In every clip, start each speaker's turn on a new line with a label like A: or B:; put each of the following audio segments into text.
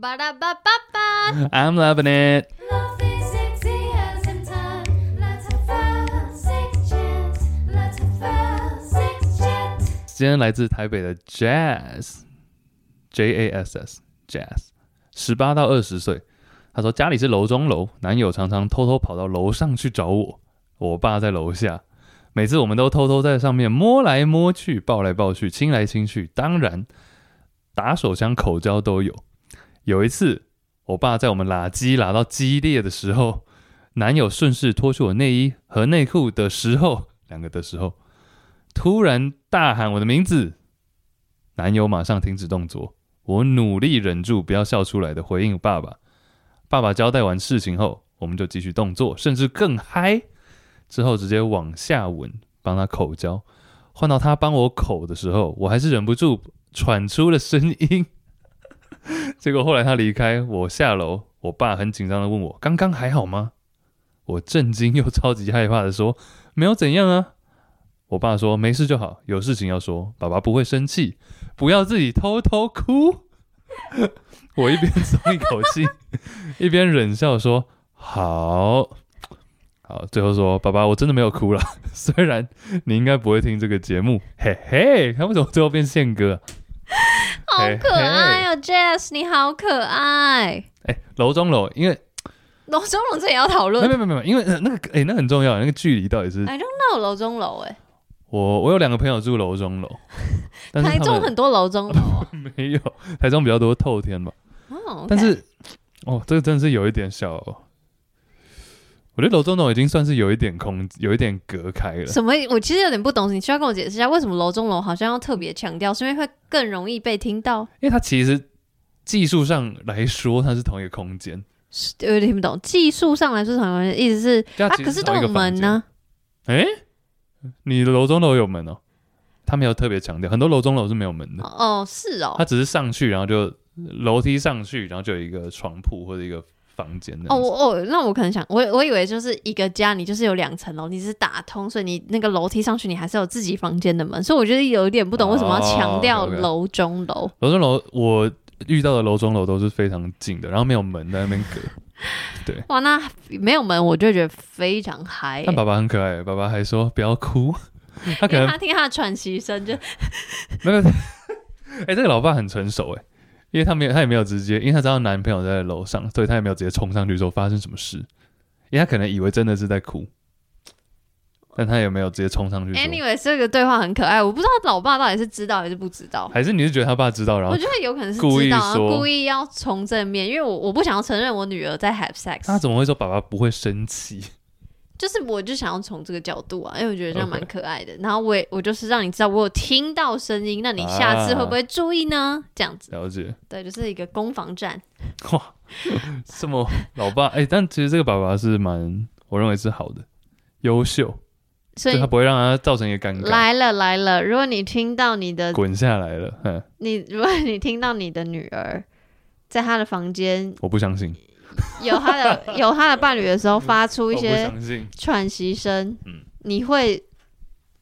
A: 巴拉巴巴巴。
B: I'm loving it.
C: Love is easy as in time. Let's have a six chance. Let's have a six chance.
B: 今天来自台北的 Jazz，J A S S Jazz，十八到二十岁。他说家里是楼中楼，男友常常偷偷跑到楼上去找我，我爸在楼下。每次我们都偷偷在上面摸来摸去、抱来抱去、亲来亲去，当然打手枪、口交都有。有一次，我爸在我们拉鸡拉到激烈的时候，男友顺势脱去我内衣和内裤的时候，两个的时候，突然大喊我的名字，男友马上停止动作。我努力忍住不要笑出来的回应爸爸。爸爸交代完事情后，我们就继续动作，甚至更嗨。之后直接往下吻，帮他口交。换到他帮我口的时候，我还是忍不住喘出了声音。结果后来他离开，我下楼，我爸很紧张的问我：“刚刚还好吗？”我震惊又超级害怕的说：“没有怎样啊。”我爸说：“没事就好，有事情要说，爸爸不会生气，不要自己偷偷哭。” 我一边松一口气， 一边忍笑说：“好，好。”最后说：“爸爸，我真的没有哭了， 虽然你应该不会听这个节目，嘿嘿。”他为什么最后变宪哥啊？
A: 好
B: 嘿
A: 可爱哦，Jazz，你好可爱。
B: 哎，楼中楼，因为
A: 楼中楼这也要讨
B: 没有
A: 论
B: 没有没有，因为呃那个哎、那个很重要，那个距离到底是
A: ，I don't know 楼中楼哎，
B: 我我有两个朋友住楼中楼，但是
A: 台
B: 他
A: 中
B: 们
A: 很多楼 中楼哦
B: 没有，台中比较多透天吧。
A: 哦，
B: 但是，哦，这个真的是有一点小，我觉得楼中楼已经算是有一点空，有一点隔开了。
A: 什么？我其实有点不懂，你需要跟我解释一下，为什么楼中楼好像要特别强调，是因为会更容易被听到？
B: 因为它其实技术上来说，它是同一个空间，
A: 是有点听不懂。技术上来说，什么意思是
B: 就
A: 啊
B: 它？其
A: 可
B: 实
A: 是都
B: 同一
A: 有
B: 个房
A: 门啊
B: 间。
A: 呢、
B: 哎、你的楼中楼有门哦？他没有特别强调，很多楼中楼是没有门的，
A: 哦，哦是哦
B: 它。只是上去，然后就楼梯上去，然后就有一个床铺或者一个房间那
A: 哦，
B: 样子。
A: 我哦，那我可能想，我我以为就是一个家，你就是有两层楼，你是打通，所以你那个楼梯上去，你还是有自己房间的门，所以我觉得有一点不懂为什么要强调
B: 哦，OK，OK
A: 楼中楼。
B: 楼中楼我遇到的楼中楼都是非常近的，然后没有门在那边 隔。
A: 哇，那没有门，我就觉得非常嗨、欸
B: 但爸爸很可爱，爸爸还说不要哭， 他可
A: 因为
B: 能
A: 他听他的喘息声，就
B: 没有。 哎、这个老爸很成熟哎，因为他没有，他也没有直接，因为他知道男朋友在楼上，所以他也没有直接冲上去说发生什么事，因为他可能以为真的是在哭，但他也没有直接冲上去说。
A: anyway，这个对话很可爱。我不知道老爸到底是知道还是不知道，
B: 还是你是觉得他爸知道，然
A: 我
B: 后
A: 觉得有可能是
B: 故意
A: 知道，然后
B: 说
A: 故意要从正面，因为我我不想要承认我女儿在 have
B: 他
A: sex，
B: 怎么会说爸爸不会生气？
A: 就是我就想要从这个角度啊，因为我觉得这样
B: OK
A: 蛮可爱的。然后我也我就是让你知道我有听到声音，那你
B: 啊
A: 下次会不会注意呢？这样子，
B: 了解
A: 对，就是一个攻防战。
B: 哇，这么老爸哎、但其实这个爸爸是蛮，我认为是好的，优秀，
A: 所
B: 就
A: 以
B: 他不会让他造成一个尴尬，
A: 来了来了，如果你听到你的
B: 滚下来了。嗯，
A: 你，如果你听到你的女儿在她的房间
B: 我不相信。
A: 有她的有她的伴侣的时候，发出一
B: 嗯哦我不
A: 些
B: 相信，
A: 喘息声，
B: 嗯
A: 你会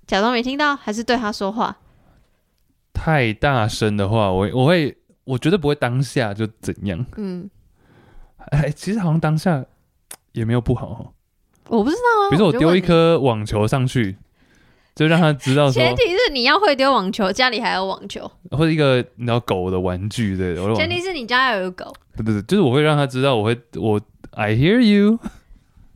A: 假装没听到，还是对他说话？
B: 太大声的话，我我会，我绝对不会当下就怎样。
A: 嗯，
B: 哎，其实好像当下也没有不好哦。
A: 我不知道啊。
B: 比如说我
A: 就
B: 丢
A: 问
B: 一
A: 你，
B: 颗网球上去，就让他知道 说
A: 前，提是你要会丢网球，家里还有网球，
B: 或者一个你知道狗的玩具对，啊我的网
A: 前提是你家要有狗。
B: 对对对，就是我会让他知道我会我 I hear you，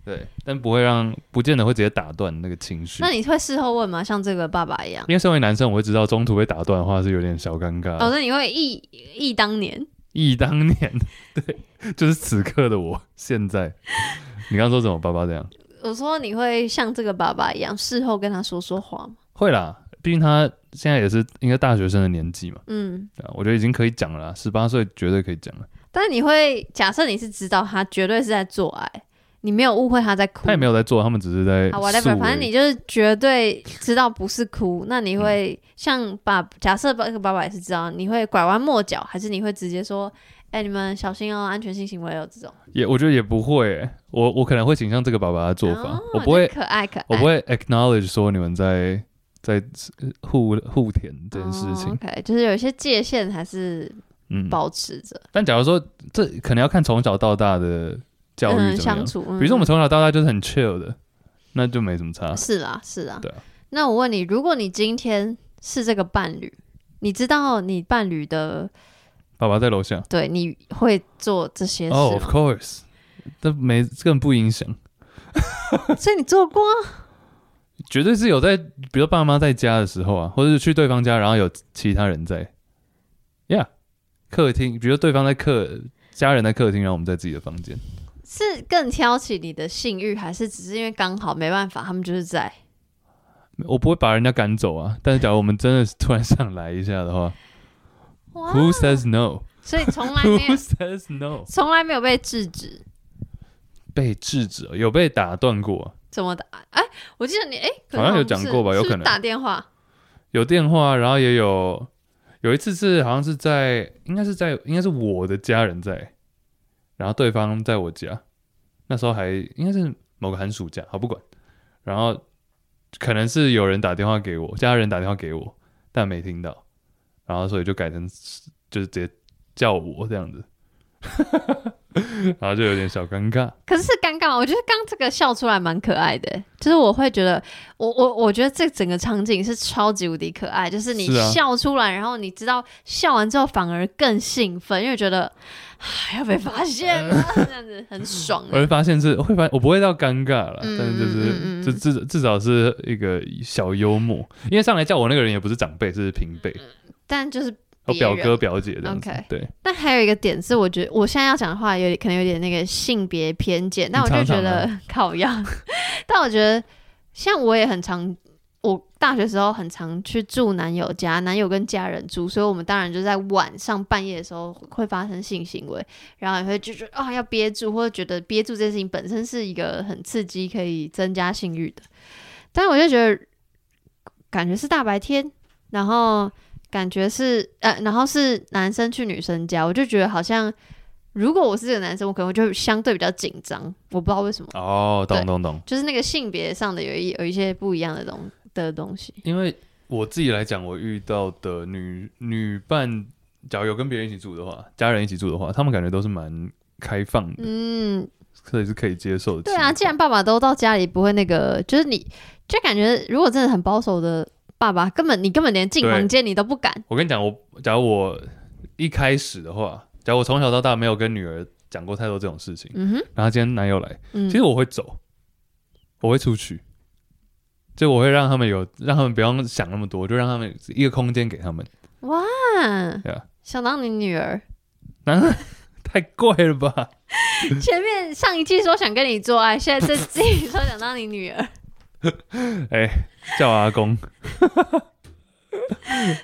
B: 对，但不会让不见得会直接打断那个情绪
A: 那。你会事后问吗？像这个爸爸一样？
B: 因为身为男生，我会知道中途被打断的话是有点小尴尬的。
A: 哦，那你会忆忆当年？
B: 忆当年， 对，就是此刻的我，现在。你刚刚说什么？爸爸这样
A: 我说你会像这个爸爸一样，事后跟他说说话吗？
B: 会啦，毕竟他现在也是应该大学生的年纪嘛，
A: 嗯，
B: 对啊，我觉得已经可以讲了啦，十八岁绝对可以讲了。
A: 但你会假设你是知道他绝对是在做爱，你没有误会他在哭，
B: 他也没有在做，他们只是在
A: 好
B: 诉
A: ，whatever，
B: 而
A: 反正
B: 已嗯
A: 你就是绝对知道不是哭，那你会像爸，假设爸爸爸也是知道，你会拐弯抹角，还是你会直接说，哎、你们小心哦，安全性行为哦，这种
B: 也我觉得也不会欸、我我可能会倾向这个爸爸的做法，
A: 哦
B: 我不会
A: 就可爱可爱，
B: 我不会 acknowledge 说你们在在互互舔这件事情，
A: 哦 OK，就是有一些界限还是
B: 嗯，
A: 保持着，
B: 但假如说这可能要看从小到大的教育
A: 嗯，
B: 怎么样
A: 相。处。嗯、
B: 比如说我们从小到大就是很 chill 的，那就没什么差。
A: 是啦，是啦。
B: 对啊
A: 那我问你，如果你今天是这个伴侣，你知道你伴侣的
B: 爸爸在楼下。
A: 对，你会做这些事
B: 哦、o
A: 吗
B: f course，但没更不影响，
A: 所以你做过啊？
B: 绝对是有在，比如爸妈在家的时候啊，或者是去对方家，然后有其他人在，Yeah，客厅，比如对方在客，家人在客厅，然后我们在自己的房间。
A: 是更挑起你的性欲，还是只是因为刚好没办法，他们就是在？
B: 我不会把人家赶走啊，但是假如我们真的是突然上来一下的话
A: 哇
B: ，Who says no？Who
A: 所以从来没有，
B: says no？
A: 从来没有被制止。
B: 被制止，有被打断过，
A: 怎么打？哎、我记得你哎、可是
B: 好像有
A: 不是
B: 讲过吧
A: 是
B: 有
A: 不是
B: 可能
A: 打电话。
B: 有电话，然后也有有一次是好像是在，应该是在，应该是我的家人在，然后对方在我家，那时候还应该是某个寒暑假，好不管，然后可能是有人打电话给我，家人打电话给我，但没听到，然后所以就改成就是直接叫我这样子， 然后就有点小尴尬，
A: 可是是尴尬，我觉得刚这个笑出来蛮可爱的、就是我会觉得，我我我觉得这整个场景是超级无敌可爱，就是你
B: 是啊
A: 笑出来，然后你知道笑完之后反而更兴奋，因为觉得啊还要被发现 了，这样子很爽、
B: 我会发现是会发我不会到尴尬了，
A: 嗯
B: 但是就是、
A: 嗯嗯嗯
B: 至至至少是一个小幽默，因为上来叫我那个人也不是长辈，是平辈，
A: 但就是
B: 我
A: 嗯别人
B: 表哥表姐这样子
A: OK。
B: 对，
A: 但还有一个点是，我觉得我现在要讲的话有点可能有点那个性别偏见，但我就觉得 靠要，但我觉得像我也很常，我大学时候很常去住男友家，男友跟家人住，所以我们当然就在晚上半夜的时候会发生性行为，然后也会就觉得啊、要憋住，或者觉得憋住这件事情本身是一个很刺激，可以增加性欲的，但我就觉得感觉是大白天，然后。感觉是呃，然后是男生去女生家，我就觉得好像如果我是这个男生，我可能就相对比较紧张，我不知道为什么，
B: 哦，懂
A: 对
B: 懂懂，
A: 就是那个性别上的有一有一些不一样的东的东西。
B: 因为我自己来讲，我遇到的女女伴，假如有跟别人一起住的话，家人一起住的话，他们感觉都是蛮开放的，
A: 嗯，
B: 所以是可以接受的情
A: 对
B: 况。
A: 啊，既然爸爸都到家里，不会那个，就是你就感觉如果真的很保守的爸爸，根本你根本连进
B: 对
A: 房间你都不敢。
B: 我跟你讲，我假如我一开始的话，假如我从小到大没有跟女儿讲过太多这种事情，
A: 嗯哼，
B: 然后今天男友来。
A: 嗯，
B: 其实我会走，我会出去，就我会让他们有，让他们不用想那么多，就让他们一个空间给他们。
A: 哇
B: 对啊，
A: 想当你女 儿，
B: 啊、太怪了吧？
A: 前面上一季说想跟你做爱，现在这季说想当你女儿，
B: 叫阿公，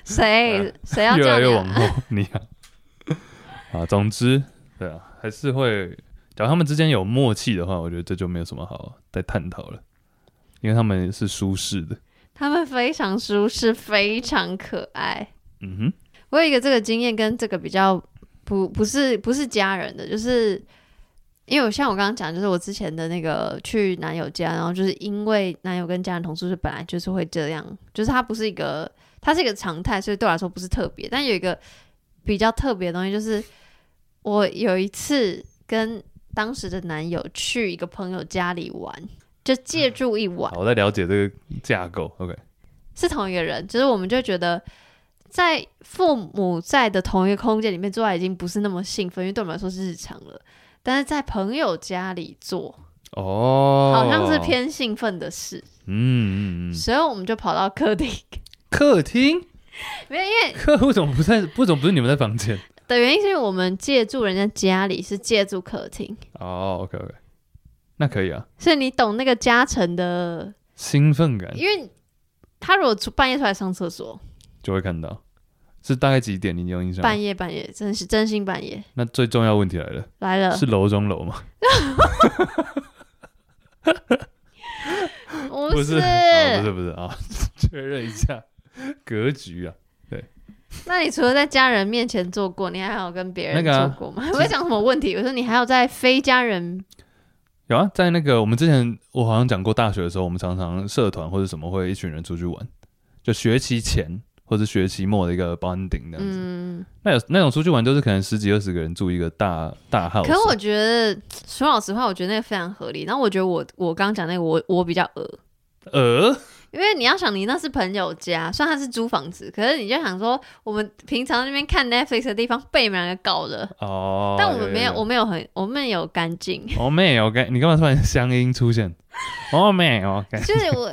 A: 谁谁要
B: 越
A: 叫你
B: 来
A: 啊
B: 越往后，你啊， 啊，总之，对啊，还是会，假如他们之间有默契的话，我觉得这就没有什么好再探讨了，因为他们是舒适的。
A: 他们非常舒适，非常可爱。
B: 嗯哼，
A: 我有一个这个经验，跟这个比较不不是不是家人的，就是因为我像我刚刚讲，就是我之前的那个去男友家，然后就是因为男友跟家人同住，就本来就是会这样，就是它不是一个它是一个常态，所以对我来说不是特别。但有一个比较特别的东西，就是我有一次跟当时的男友去一个朋友家里玩，就借住一晚
B: 好，。我在了解这个架构。OK，
A: 是同一个人，就是我们就觉得在父母在的同一个空间里面做爱已经不是那么兴奋，因为对我们来说是日常了。但是在朋友家里做，
B: 哦，
A: 好像是，偏兴奋的事，
B: 嗯嗯嗯，
A: 所以我们就跑到客厅。
B: 客厅。
A: 没有，因为
B: 客户怎么不在？ 为什么不是你们在房间？
A: 的原因是因为我们借住人家家里是借住客厅，
B: 哦，OK，OK、o k OK，那可以啊，
A: 所以你懂那个加成的，
B: 兴奋感
A: 因为他如果出半夜出来上厕所，
B: 就会看到。是大概几点？你有印象吗？
A: 半夜半夜真是真心半夜
B: 那最重要问题来了，
A: 来了，
B: 是楼中楼吗？
A: 不
B: 不
A: 是
B: 是，啊不是不是啊， 确认一下格局啊。
A: 那你除了在家人面前做过，你还有跟别人
B: 那个
A: 做
B: 啊
A: 过吗？我 在讲什么问题？我说你还有在非家人，
B: 有啊，在那个我们之前我好像讲过，大学的时候我们常常社团或者什么会一群人出去玩，就学期前或或是学期末的一个 bonding 这样子。
A: 嗯，
B: 那有那种出去玩，就是可能十几二十个人住一个大大 house。
A: 可我觉得说老实话，我觉得那个非常合理。然后我觉得我我刚讲那个我我比较恶，
B: 呃，
A: 因为你要想，你那是朋友家，虽然他是租房子，可是你就想说，我们平常那边看 Netflix 的地方被你们两个搞了，
B: 哦，
A: 但我们没有，我
B: 我
A: 们有很，我们有干净，
B: 我没有，哦干你干嘛突然乡音出现？我没有，干
A: 就是我，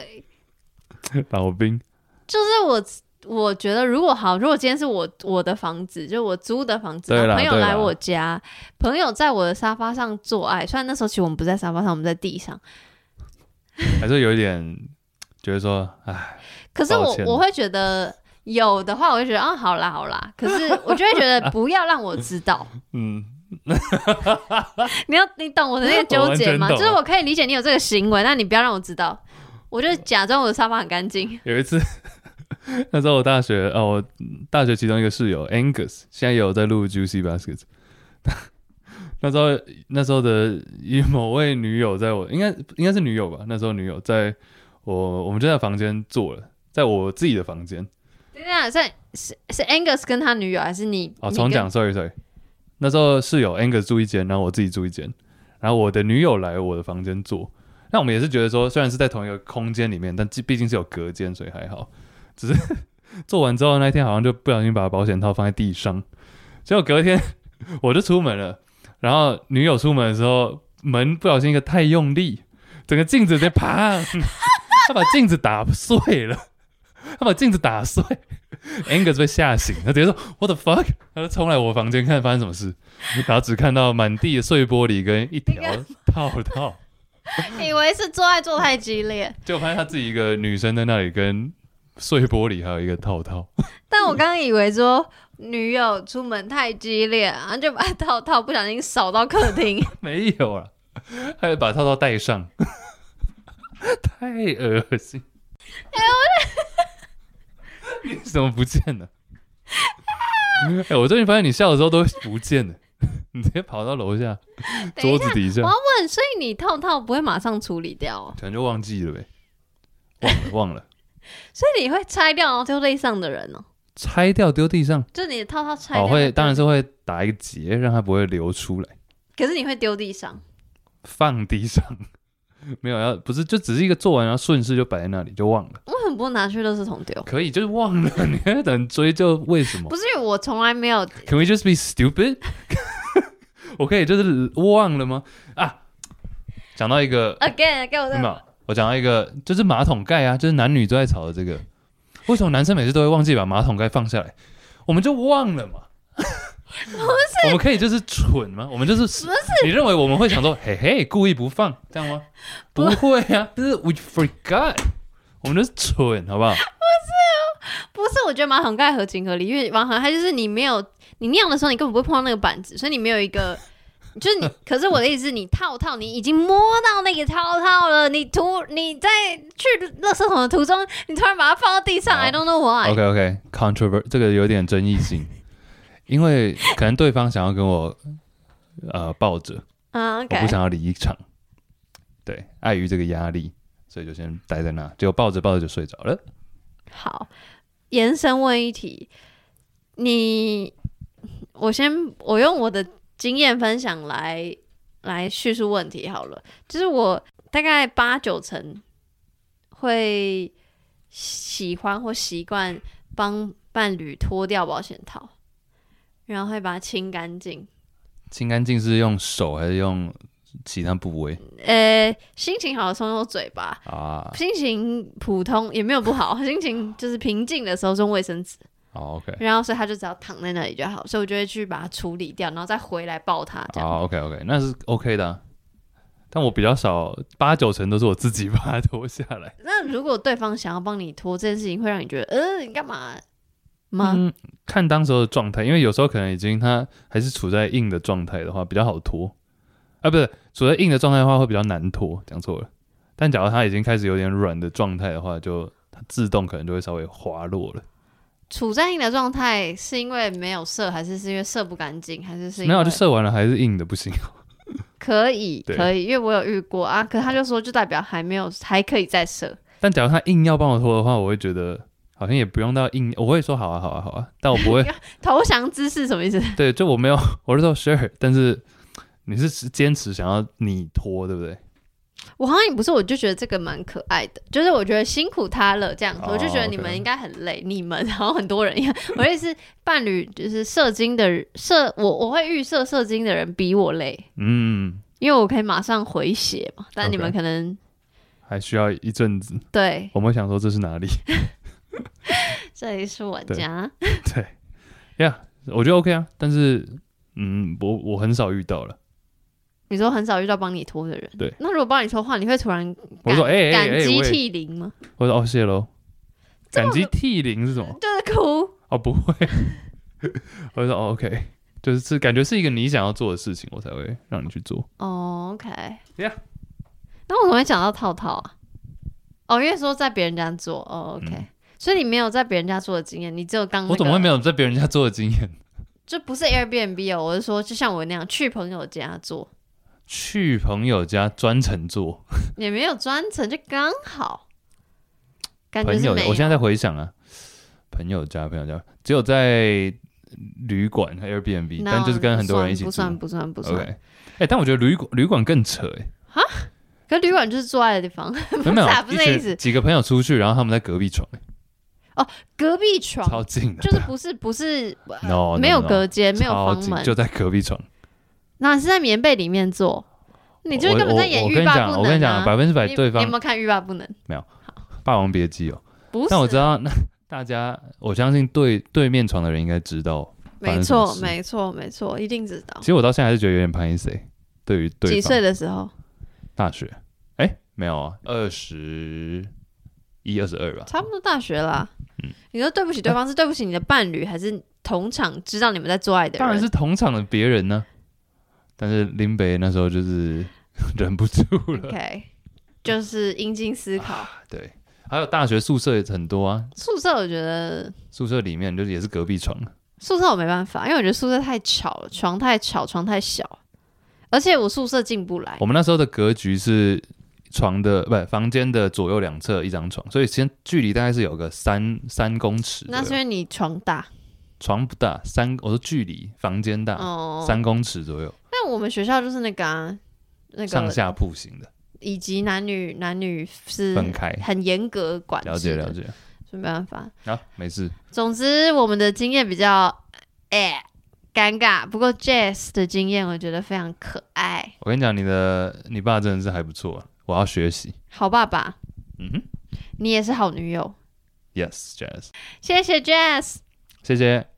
B: 老兵，
A: 就是我。我觉得如果好，如果今天是我我的房子，就我租的房子，
B: 对啦
A: 然后朋友
B: 对啦
A: 来我家，朋友在我的沙发上做爱，虽然那时候其实我们不在沙发上，我们在地上，
B: 还是有一点觉得说，哎，
A: 可是
B: 抱
A: 我
B: 歉
A: 我会觉得有的话，我就觉得啊，好啦好啦，可是我就会觉得不要让我知道，
B: 嗯，
A: 你要你懂我的那个纠结吗？
B: 我完全懂
A: 就是我可以理解你有这个行为，但你不要让我知道。我就假装我的沙发很干净，
B: 有一次。那时候我大学哦，我大学其中一个室友 Angus 现在也有在录 Juicy Baskets。那时候那时候的一某位女友在我应该应该是女友吧，那时候女友在我我们就在房间坐了，在我自己的房间。
A: 对啊，在是是 Angus 跟他女友还是你？
B: 哦，
A: 你
B: 重
A: 跟
B: 讲，sorry sorry。那时候室友 Angus 住一间，然后我自己住一间，然后我的女友来我的房间住。那我们也是觉得说，虽然是在同一个空间里面，但既毕竟是有隔间，所以还好。只是做完之后那一天，好像就不小心把保险套放在地上，结果隔天我就出门了。然后女友出门的时候，门不小心一个太用力，整个镜子直接啪，她把镜子打碎了，她把镜子打碎。Angus 被吓醒，他直接说 What the fuck？他就 冲来我房间看发生什么事，然后只看到满地的碎玻璃跟一条套套，
A: 以为是做爱做太激烈，
B: 就发现他自己一个女生在那里跟碎玻璃还有一个套套，
A: 但我刚刚以为说女友出门太激烈，然后就把套套不小心扫到客厅，
B: 没有啊，还有把套套戴上， 太恶心。哎、你怎么不见了？哎、我最近发现你笑的时候都不见了，你直接跑到楼下
A: 等一
B: 桌
A: 下
B: 子底下
A: 我要。问，所以你套套不会马上处理掉哦，
B: 可能就忘记了呗，忘了忘了，
A: 所以你会拆掉然后丢地上的人哦，
B: 拆掉丢地上，
A: 就你的套套拆掉，
B: 哦会当然
A: 是，
B: 是会打一个结，让它不会流出来，
A: 可是你会丢地上，
B: 放地上， 没有要不是就只是一个做完然后顺势就摆在那里就忘了，
A: 为什么不拿去垃圾桶丢？
B: 可以就是忘了，你还等追究为什么
A: 不是因为我从来没有
B: ？Can we just be stupid？我可以就是忘了吗？啊，讲到一个
A: again 给我的
B: 没有，我讲到一个，就是马桶盖啊，就是男女都在吵的这个，为什么男生每次都会忘记把马桶盖放下来？我们就忘了 嘛。我们可以就是蠢吗？我们就是不是？你认为我们会想 说，嘿嘿，故意不放这样吗？ 不会啊，就是 we forgot，我们就是蠢，好不好？
A: 不是，我觉得马桶盖合情合理，因为马桶盖就是你没有你尿的时候，你根本不会碰到那个板子，所以你没有一 个。就是你，可是我的意思是你套套，你已经摸到那个套套了，你途你在去垃圾桶的途中，你突然把它放到地上
B: 好
A: ，I don't know why。
B: OK OK controvert 这个有点争议性，因为可能对方想要跟我呃抱着，
A: 嗯
B: 我不
A: ，OK，
B: 想要离场，对，碍于这个压力，所以就先待在那，结果抱着抱着就睡着了。
A: 好。延伸问一题，你，我先我用我的经验分享来来叙述问题好了，就是我大概八九成会喜欢或习惯帮伴侣脱掉保险套，然后会把它清干净。
B: 清干净是用手还是用其他部位
A: 呃，心情好的时候用嘴巴，
B: 啊？
A: 心情普通也没有不好，心情就是平静的时候用卫生纸。
B: 好 OK，
A: 然后所以他就只要躺在那里就好，所以我就会去把它处理掉，然后再回来抱他 这样。
B: 好 OK OK，那是 OK 的啊、但我比较少，八九成都是我自己把 它脱下来。
A: 那如果对方想要帮你脱这件事情，会让你觉得，呃，你干嘛吗？
B: 嗯，看当时候的状态，因为有时候可能已经它还是处在硬的状态的话，比较好脱。啊，不是处在硬的状态的话，会比较难脱，讲错了。但假如它已经开始有点软的状态的话，就它自动可能就会稍微滑落了。
A: 处在硬的状态是因为没有射，还是是因为射不干净，还是是因为
B: 没有，啊就射完了还是硬的不行。
A: 可以
B: 对
A: 可以，因为我有遇过啊，可他就说就代表还没有还可以再射，
B: 但假如他硬要帮我脱的话，我会觉得好像也不用到硬，我会说好啊好啊好啊，但我不会
A: 投降姿势什么意思？
B: 对，就我没有，我是说 sure，但是你是坚持想要你拖，对不对？
A: 我好像也不是，我就觉得这个蛮可爱的，就是我觉得辛苦他了这样子，
B: 哦
A: 我就觉得
B: OK
A: 你们应该很累，你们然后很多人一样， 我也是伴侣，就是射精的人射我我会预设射精的人比我累，
B: 嗯，
A: 因为我可以马上回血嘛，但
B: OK
A: 你们可能
B: 还需要一阵子。
A: 对，
B: 我们想说这是哪里？
A: 这里是我家，
B: 对，呀、我觉得 OK 啊，但是嗯，我我很少遇到了。
A: 你说很少遇到帮你拖的人，
B: 对，
A: 那如果帮你拖的话，你会突然
B: 我说哎哎
A: 感
B: 哎，
A: 激
B: 喂
A: 涕零吗？
B: 我说哦谢喽，
A: 这么
B: 感激涕零是什么？
A: 就是哭，
B: 哦不会， 我说哦 OK，就是是感觉是一个你想要做的事情，我才会让你去做。
A: 哦、o k
B: Yeah
A: 那我怎么会讲到套套啊？哦，因为说在别人家做，哦，OK、
B: 嗯
A: 所以你没有在别人家做的经验，你只有当、那个
B: 我怎么会没？有在别人家做的经验？
A: 就不是 Airbnb 哦，我是说，就像我那样去朋友家做，
B: 去朋友家专程做
A: 也没有专程，就刚好，感觉
B: 朋
A: 是
B: 友，
A: 没有。
B: 我现在在回想啊，朋友家朋友家只有在旅馆 Airbnb，
A: No，
B: 但就是跟很多人一起
A: 不
B: 住。
A: 算不算不算，不
B: OK，
A: 算
B: 哎、但我觉得旅馆旅馆更扯哎、
A: 可旅馆就是做爱的地方，
B: 没有没
A: 不是
B: 有
A: 啊，不
B: 一
A: 是那
B: 群
A: 意思
B: 几个朋友出去，然后他们在隔壁床、欸
A: 隔壁床
B: 超哦近的，
A: 就是不是不是、呃
B: no, no,
A: 没有
B: no，
A: 隔间，没有
B: 超
A: 房
B: 近
A: 门，
B: 就在隔壁床。
A: 那是在棉被里面做，你就是
B: 我
A: 根本在演
B: 我我跟
A: 欲
B: 你
A: 罢
B: 讲，
A: 不
B: 我跟
A: 能
B: 你讲，
A: 啊！
B: 百分之百
A: 你
B: 对
A: 你有
B: 方
A: 没有看欲罢不能？
B: 《霸王别姬》哦。
A: 不是，啊
B: 但我知道，那大家我相信对对面床的人应该知道。发
A: 没
B: 生什么
A: 错，
B: 事
A: 没错，没错，一定知道
B: 其。实我到现在还是觉得有点潘谁，对于对
A: 几
B: 方
A: 岁的时候，
B: 大学，哎、没有啊，二十一、二十二吧。
A: 差不多大学啦。
B: 嗯
A: 你说对不起对方是对不起你的伴侣，还是同场知道你们在做爱的人？
B: 当然是同场的别人呢、但是林北那时候就是 忍不住了，
A: OK，就是因经思考。
B: 对。还有大学宿舍也很多啊，
A: 宿舍我觉得
B: 宿舍里面就是也是隔壁床，
A: 宿舍我没办法，因为我觉得宿舍太吵了，床太吵，床太小，而且我宿舍进不来
B: 我。们那时候的格局是床的不房间的左右两侧一张床，所以先距离大概是有个三三公尺左右。
A: 那是因为你床大
B: 床不大，三我说距离房间大、
A: 哦。
B: 三公尺左右，
A: 那我们学校就是那个啊，那个
B: 上下铺型的
A: 以及男女男女是
B: 分开。
A: 很严格管制的，
B: 了解了解，
A: 是没办法。
B: 好、没事。
A: 总之，我们的经验比较哎、尴尬，不过 Jazz 的经验我觉得非常可爱，
B: 我跟你讲，你的你爸真的是还不错、啊，我要学习。
A: 好爸爸，
B: 嗯哼
A: 你也是好女友，
B: ，Yes，Jazz，
A: 谢谢 Jazz。
B: 谢谢。